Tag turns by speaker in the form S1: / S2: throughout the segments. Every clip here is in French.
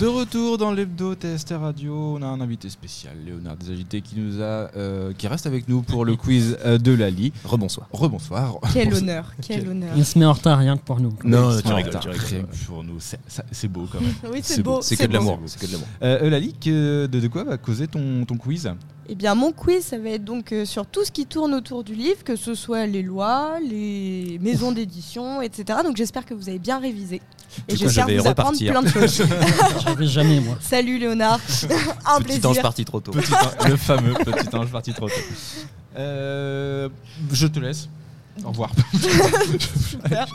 S1: De retour dans l'hebdo TST Radio, on a un invité spécial, Léonard Desagité, qui nous a, euh, qui reste avec nous pour le quiz euh, de Lali.
S2: Rebonsoir.
S1: Rebonsoir.
S3: Quel
S1: Bonsoir.
S3: honneur, quel
S1: Quel-
S3: honneur.
S4: Il se met en retard rien que pour nous.
S2: Non,
S1: Oui,
S2: tu
S1: en
S2: rigoles,
S1: retard.
S2: tu rigoles.
S1: Rien que Pour nous, c'est- ça- c'est beau quand même.
S3: Oui,
S1: C'est
S3: c'est
S1: beau,
S3: beau.
S2: C'est que de
S3: beau.
S2: l'amour. C'est que de l'amour.
S1: Euh, Eulalie, que- de, de quoi va causer ton, ton quiz
S3: Eh bien, mon quiz, ça va être donc euh, sur tout ce qui tourne autour du livre, que ce soit les lois, les maisons d'édition, etc. Donc, j'espère que vous avez bien révisé. Et
S2: Du coup, je
S3: j'espère
S2: vais
S3: vous apprendre
S2: repartir.
S3: plein de choses.
S4: J'arrive jamais, moi.
S3: Salut Léonard, un
S2: Petit ange
S3: plaisir.
S2: parti trop tôt.
S1: Petit ange- Le fameux petit ange parti trop tôt. Euh, je te laisse. Au revoir.
S3: Super.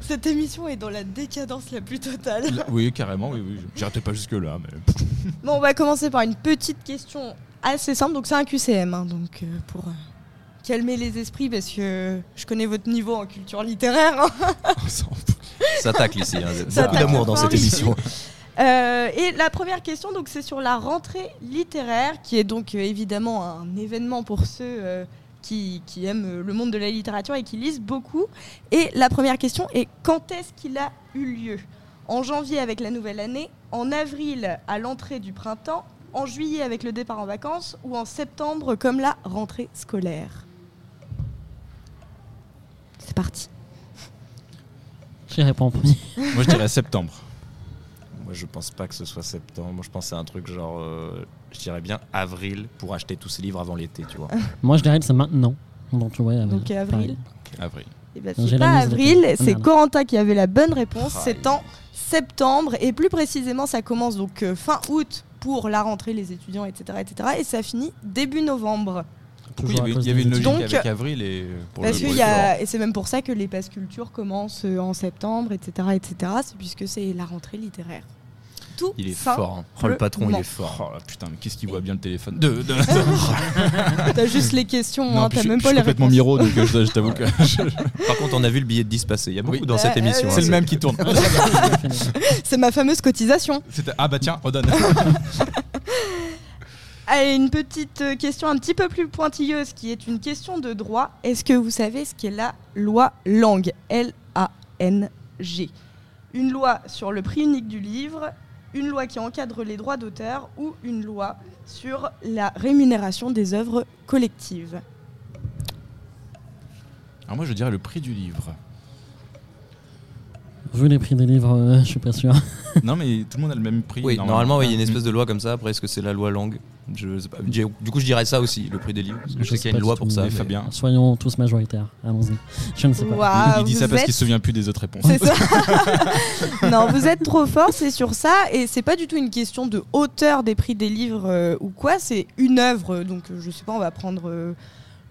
S3: Cette émission est dans la décadence la plus totale.
S1: oui, carrément, oui, oui. J'arrêtais pas jusque-là. Mais...
S3: Bon, on va commencer par une petite question assez simple. Donc, c'est un QCM, hein, donc euh, pour euh, calmer les esprits, parce que euh, je connais votre niveau en culture littéraire. hein.
S1: on s'en fout.
S2: Ça tacle ici. hein.
S3: Ça
S2: Beaucoup
S3: tacle
S2: d'amour dans
S3: fort
S2: cette
S3: ici.
S2: émission.
S3: Euh, et la première question, donc, c'est sur la rentrée littéraire, qui est donc euh, évidemment un événement pour ceux euh, qui, qui aiment euh, le monde de la littérature et qui lisent beaucoup. Et la première question est quand est-ce qu'il a eu lieu En janvier avec la nouvelle année, en avril à l'entrée du printemps, en juillet avec le départ en vacances ou en septembre comme la rentrée scolaire C'est parti.
S4: J'y réponds en premier.
S1: Moi, je dirais septembre.
S2: Moi, je pense pas que ce soit septembre. Moi, je pense à un truc genre, euh, je dirais bien avril pour acheter tous ces livres avant l'été, tu vois.
S4: Moi, je dirais que c'est maintenant. Donc, ouais, avril.
S3: Donc, euh, avril.
S4: Pareil.
S1: Avril.
S3: Eh ben,
S4: Non,
S3: c'est
S4: j'ai la
S3: pas
S4: mise de
S3: avril,
S4: côté. Ah,
S3: c'est
S4: merde.
S3: Corentin qui avait la bonne réponse.
S2: Ah,
S3: c'est en septembre et plus précisément, ça commence donc euh, fin août pour la rentrée, les étudiants, etc., etc. Et ça finit début novembre.
S1: Pourquoi il y
S4: Toujours à
S1: avait,
S4: cause
S1: il y avait
S4: des
S1: une logique
S4: études.
S3: Donc,
S1: avec avril et pour
S3: Parce
S1: Oh, le, pour
S3: que il
S1: le
S3: y
S1: Florent.
S3: a, et c'est même pour ça que les passes culture commencent euh, en septembre, etc., etc. C'est puisque c'est la rentrée littéraire. Tout
S2: Il est
S3: ça.
S2: fort. hein. Oh, le patron, il
S3: Simplement.
S2: est fort.
S1: Oh là, putain, mais qu'est-ce qu'il voit bien le téléphone de, de-
S3: T'as juste les questions,
S1: Non,
S3: hein,
S1: puis
S3: t'as
S1: je-
S3: même
S1: je
S3: pas
S1: suis
S3: les
S1: complètement
S3: réponses.
S1: miro, donc euh, je, je t'avoue que
S2: Par contre, on a vu le billet de 10 passer. Il y a beaucoup
S1: Oui.
S2: dans cette
S3: Euh,
S2: émission.
S3: euh,
S2: hein.
S1: c'est le même qui tourne.
S3: C'est ma fameuse cotisation.
S1: C'était- Ah bah tiens, redonne.
S3: Allez, une petite euh, question un petit peu plus pointilleuse qui est une question de droit. Est-ce que vous savez ce qu'est la loi Langue L-A-N-G. Une loi sur le prix unique du livre, une loi qui encadre les droits d'auteur ou une loi sur la rémunération des œuvres collectives.
S1: Alors moi, je dirais le prix du livre.
S4: Vu les prix des livres, euh, je suis pas sûr.
S1: Non, mais tout le monde a le même prix. Mm.
S2: Oui, normalement, oui, il y a une espèce de loi comme ça. Après, est-ce que c'est la loi langue Je sais pas. Du coup, je dirais ça aussi, le prix des livres. Parce que je sais
S4: sais
S2: qu'il y a
S4: pas
S2: une loi
S4: du
S2: pour
S4: tout,
S2: ça.
S1: mais
S2: mais-
S1: Fabien.
S4: Soyons tous majoritaires. Allons-y. Je ne sais pas.
S3: Waouh,
S1: il dit ça
S3: Ah, vous
S1: parce qu'il
S3: êtes-
S1: se souvient plus des autres réponses.
S3: C'est ça. non, vous êtes trop fort, c'est sur ça. Et c'est pas du tout une question de hauteur des prix des livres euh, ou quoi. C'est une œuvre. Donc, euh, je sais pas, on va prendre euh,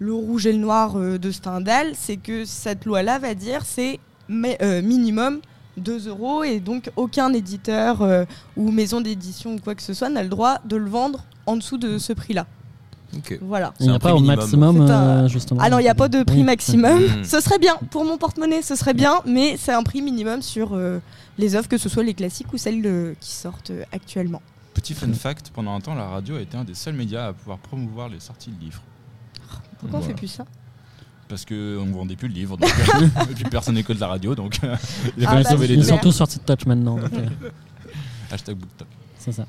S3: le rouge et le noir euh, de Stendhal. C'est que cette loi-là va dire c'est mais, euh, minimum 2 euros. Et donc, aucun éditeur euh, ou maison d'édition ou quoi que ce soit n'a le droit de le vendre en dessous de ce prix-là.
S2: Ok.
S3: Voilà.
S4: Il n'y
S2: C'est un
S4: a pas
S2: prix
S4: au
S2: minimum.
S4: maximum,
S3: C'est un-
S4: euh, justement.
S3: Ah non, il n'y a pas de prix
S4: Oui.
S3: maximum.
S2: Mm.
S3: Ce serait bien. Pour mon porte-monnaie, ce serait bien, mais c'est un prix minimum sur euh, les œuvres, que ce soit les classiques ou celles euh, qui sortent euh, actuellement.
S1: Petit fun fact, pendant un temps, la radio a été un des seuls médias à pouvoir promouvoir les sorties de livres.
S3: Pourquoi on
S1: Voilà.
S3: fait plus ça
S1: Parce qu'on ne vendait plus de livres, donc, et puis personne n'écoute la radio, donc il a
S3: Ah
S1: fallu
S3: bah,
S1: sauver les
S4: Il est
S1: deux.
S3: super.
S4: surtout sorti de touch maintenant. donc, euh,
S1: Hashtag booktop.
S4: c'est ça.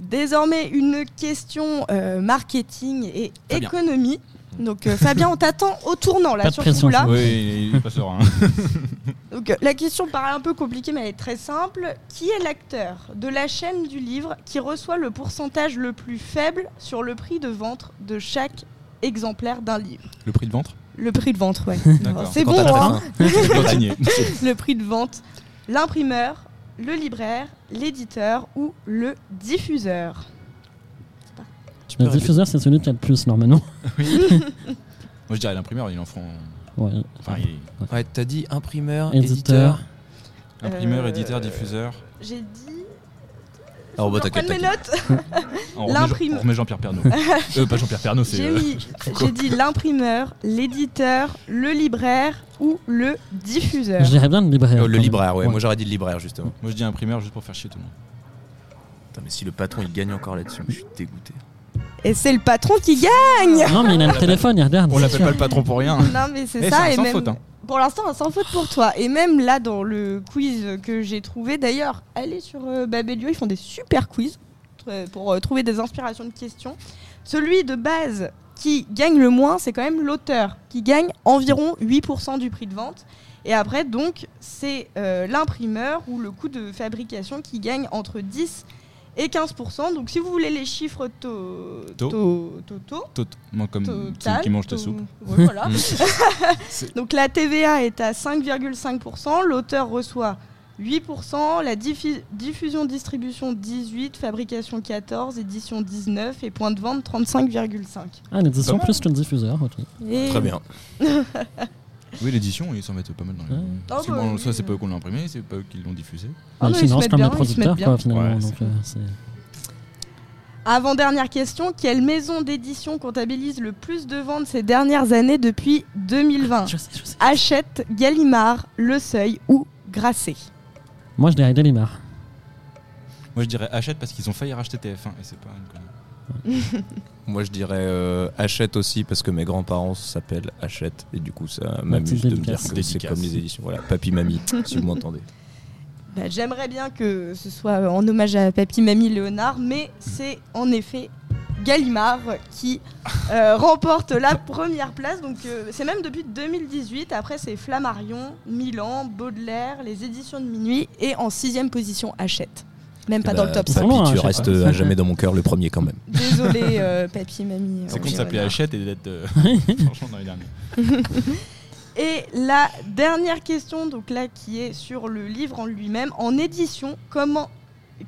S3: Désormais, une question euh, marketing et
S1: Fabien.
S3: économie. Donc euh, Fabien, on t'attend au tournant là
S4: Mm. Pas de
S3: sur
S4: pression,
S3: ce là
S4: Ah.
S1: Oui, il est pas serein.
S3: Donc, euh, la question paraît un peu compliquée, mais elle est très simple. Qui est l'acteur de la chaîne du livre qui reçoit le pourcentage le plus faible sur le prix de vente de chaque exemplaire d'un livre
S1: Le prix de ventre
S3: Le prix de vente, ouais.
S1: D'accord.
S3: C'est
S2: Quand
S3: bon,
S2: t'as la
S3: hein
S2: fin.
S1: C'est continué.
S3: le prix de vente, l'imprimeur, le libraire, l'éditeur ou le diffuseur.
S2: Tu peux
S4: Le
S2: répéter.
S4: diffuseur, c'est celui qui a le plus, normalement.
S1: Moi, je dirais l'imprimeur, il en fera.
S4: Ouais.
S1: Enfin, il-
S2: Ouais, t'as dit imprimeur,
S4: Éditeur.
S2: éditeur.
S1: Imprimeur,
S3: Euh,
S1: éditeur, diffuseur.
S3: J'ai dit.
S2: Alors, bah,
S3: Je
S2: t'inquiète,
S3: reprends mes
S2: t'inquiète.
S3: notes.
S1: Ah, on remet
S3: L'imprime-
S1: Jean- On remet Jean-Pierre Pernaud. euh, pas Jean-Pierre Pernaud, c'est.
S3: J'ai
S1: euh,
S3: mis- j'ai dit l'imprimeur, l'éditeur, le libraire ou le diffuseur.
S4: Je dirais bien le libraire.
S2: Euh,
S4: quand
S2: le
S4: même.
S2: libraire, ouais. Moi, j'aurais dit le libraire, justement.
S1: Moi, je dis imprimeur juste pour faire chier tout le monde.
S2: Putain, mais si le patron, il gagne encore là-dessus, je suis dégoûté.
S3: Et c'est le patron qui gagne.
S4: Non, mais il a le téléphone, il regarde.
S1: On
S4: c'est
S1: l'appelle
S4: sûr.
S1: pas le patron pour rien.
S3: Non mais c'est
S1: Mais
S3: ça
S1: c'est un
S3: et
S1: sans
S3: même
S1: faute, hein.
S3: Pour l'instant, un sans faute pour toi. Et même là, dans le quiz que j'ai trouvé, d'ailleurs, allez sur euh, Babelio, ils font des super quiz euh, pour euh, trouver des inspirations de questions. Celui de base qui gagne le moins, c'est quand même l'auteur, qui gagne environ 8% du prix de vente. Et après, donc, c'est euh, l'imprimeur ou le coût de fabrication qui gagne entre 10 et 15%. Donc, si vous voulez les chiffres taux,
S1: Taux.
S3: taux- taux- taux-
S1: Tot- Moi, comme
S3: Mm. total,
S1: celui qui mange ta
S3: taux-
S1: soupe.
S3: ouais, voilà.
S1: Mm.
S3: Donc la TVA est à 5,5%, l'auteur reçoit 8%, la diffi- diffusion distribution 18, fabrication 14, édition 19 et point de vente 35,5.
S4: Ah, l'édition
S1: Pas mal.
S4: plus le diffuseur, ok.
S3: Et-
S2: Très bien.
S1: Oui, l'édition, ils s'en mettent pas mal dans les.
S4: Ouais.
S1: Parce que
S3: Ah bah
S1: bon,
S3: oui.
S1: ça, c'est pas eux qu'on l'a imprimé, c'est pas eux qui l'ont diffusé.
S3: Ah
S4: Ils
S3: non, ils se
S4: financent
S3: mettent
S4: comme
S3: bien, ils
S4: les
S3: se mettent
S4: producteurs,
S3: bien.
S4: quoi, finalement.
S1: Ouais,
S4: donc, euh, c'est-
S3: Avant-dernière question, quelle maison d'édition comptabilise le plus de ventes ces dernières années depuis 2020
S4: Je sais, je sais.
S3: Hachette, Gallimard, Le Seuil ou Grasset
S4: Moi, je dirais Gallimard.
S1: Moi, je dirais achète parce qu'ils ont failli racheter TF1 et c'est pas une connerie.
S2: Moi, je dirais euh, Hachette aussi, parce que mes grands-parents s'appellent Hachette, et du coup, ça
S4: petite
S2: m'amuse de me dire
S4: dédicace.
S2: que c'est
S1: Dédicace.
S2: comme les éditions. Voilà, papy, mamie, si vous m'entendez.
S3: Bah, J'aimerais bien que ce soit en hommage à Papy Mamie Léonard, mais c'est en effet Gallimard qui euh, remporte la première place. Donc euh, c'est même depuis 2018. Après c'est Flammarion, Milan, Baudelaire, les éditions de minuit et en sixième position Hachette. Même pas dans le
S2: Bah,
S3: top
S4: ça-
S3: 5.
S2: Papy,
S4: Vraiment,
S2: tu
S4: Hachette.
S2: restes euh, à jamais dans mon cœur le premier quand même.
S3: Désolé Papy Mamie.
S1: C'est
S3: euh,
S1: con de s'appeler
S3: Léonard.
S1: Hachette et d'être. euh, Franchement, dans les derniers.
S3: Et la dernière question, donc là qui est sur le livre en lui-même, en édition, comment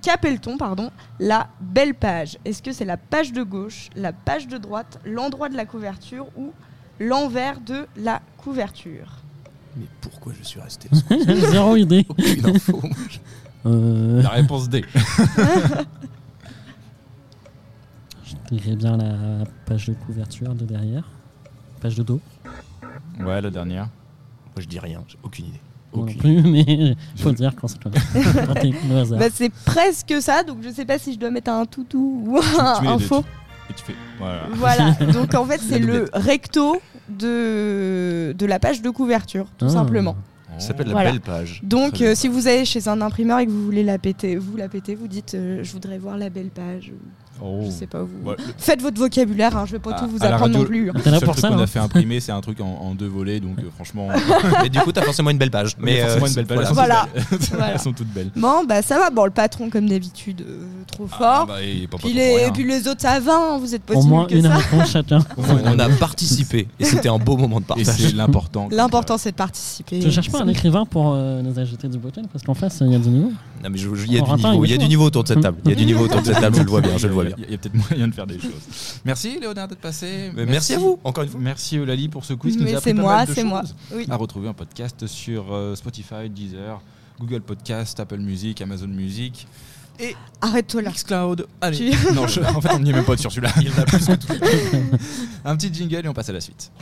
S3: qu'appelle-t-on pardon la belle page Est-ce que c'est la page de gauche, la page de droite, l'endroit de la couverture ou l'envers de la couverture
S2: Mais pourquoi je suis resté
S4: Zéro idée.
S2: Aucune info.
S4: Euh,
S1: La réponse D.
S4: je dirais bien la page de couverture de derrière. Page de dos.
S1: Ouais, la dernière.
S2: Moi, je dis rien, j'ai aucune idée.
S4: Moi non
S2: Aucune.
S4: plus, mais faut le dire quand c'est comme ça. Tenter le hasard.
S3: Bah, C'est presque ça, donc je sais pas si je dois mettre un toutou ou
S1: tu
S3: un,
S1: mets les
S3: un
S1: deux,
S3: faux.
S1: Et tu fais. Voilà.
S3: Voilà, donc en fait c'est le
S2: doublette.
S3: recto de, de la page de couverture, tout
S4: Ah.
S3: simplement.
S2: Ça s'appelle la
S3: Voilà.
S2: belle page.
S3: Donc,
S2: Très bien.
S3: euh, si vous allez chez un imprimeur et que vous voulez la péter, vous la pétez, vous dites euh, je voudrais voir la belle page. ou
S1: Oh.
S3: Je sais pas vous.
S1: Ouais,
S3: Faites votre vocabulaire, hein, je vais pas
S1: À-
S3: tout vous
S1: à la
S3: apprendre
S1: radio-
S3: non plus. hein.
S4: T'es
S1: Le
S4: là
S1: seul
S4: pour
S1: truc
S4: ça.
S1: qu'on
S4: hein.
S1: a fait imprimer, c'est un truc en, en deux volets, donc euh, franchement,
S2: Mais du coup, t'as forcément une belle page. Mais
S1: forcément
S2: euh,
S1: une belle page.
S2: voilà.
S1: Elles sont
S3: Voilà.
S1: toutes belles.
S3: Voilà.
S1: Elles sont toutes belles.
S3: Bon, bah ça va. Bon, le patron, comme d'habitude, euh, trop
S1: Ah,
S3: fort.
S1: bah, et pas
S3: puis,
S1: pour rien.
S3: les, puis les autres, ça va, hein, vous êtes pas
S4: Au
S3: si
S4: moins
S3: nuls que
S4: une
S3: ça.
S4: réponse chacun.
S1: Au moins,
S2: On a participé et c'était un beau moment de
S1: Et c'est
S2: partage.
S1: l'important.
S3: L'important, c'est de participer.
S4: Je cherche pas un écrivain pour euh, nous ajouter du bottle parce qu'en face, il y a du niveau.
S2: Non, mais je- je- il y a du
S4: Corentin,
S2: niveau,
S4: il est
S2: il y a
S4: fort.
S2: du niveau autour de cette table. Il y a du niveau autour de cette table, je le vois bien, je le vois bien.
S1: Il y a- il y a, peut-être moyen de faire des choses. Merci Léonard d'être passé.
S2: Mais merci à vous, encore une fois.
S1: Merci Eulalie pour ce quiz. qui nous
S3: Mais
S1: a
S3: c'est
S1: appris pas
S3: moi,
S1: mal de
S3: c'est moi.
S1: choses.
S3: Oui.
S1: À retrouver un podcast sur euh, Spotify, Deezer, Google Podcast, Apple Music, Amazon Music,
S3: Arrête-toi là.
S1: Xcloud. Allez. non, je- en fait, on n'y est même pas sur celui-là. un petit jingle et on passe à la suite.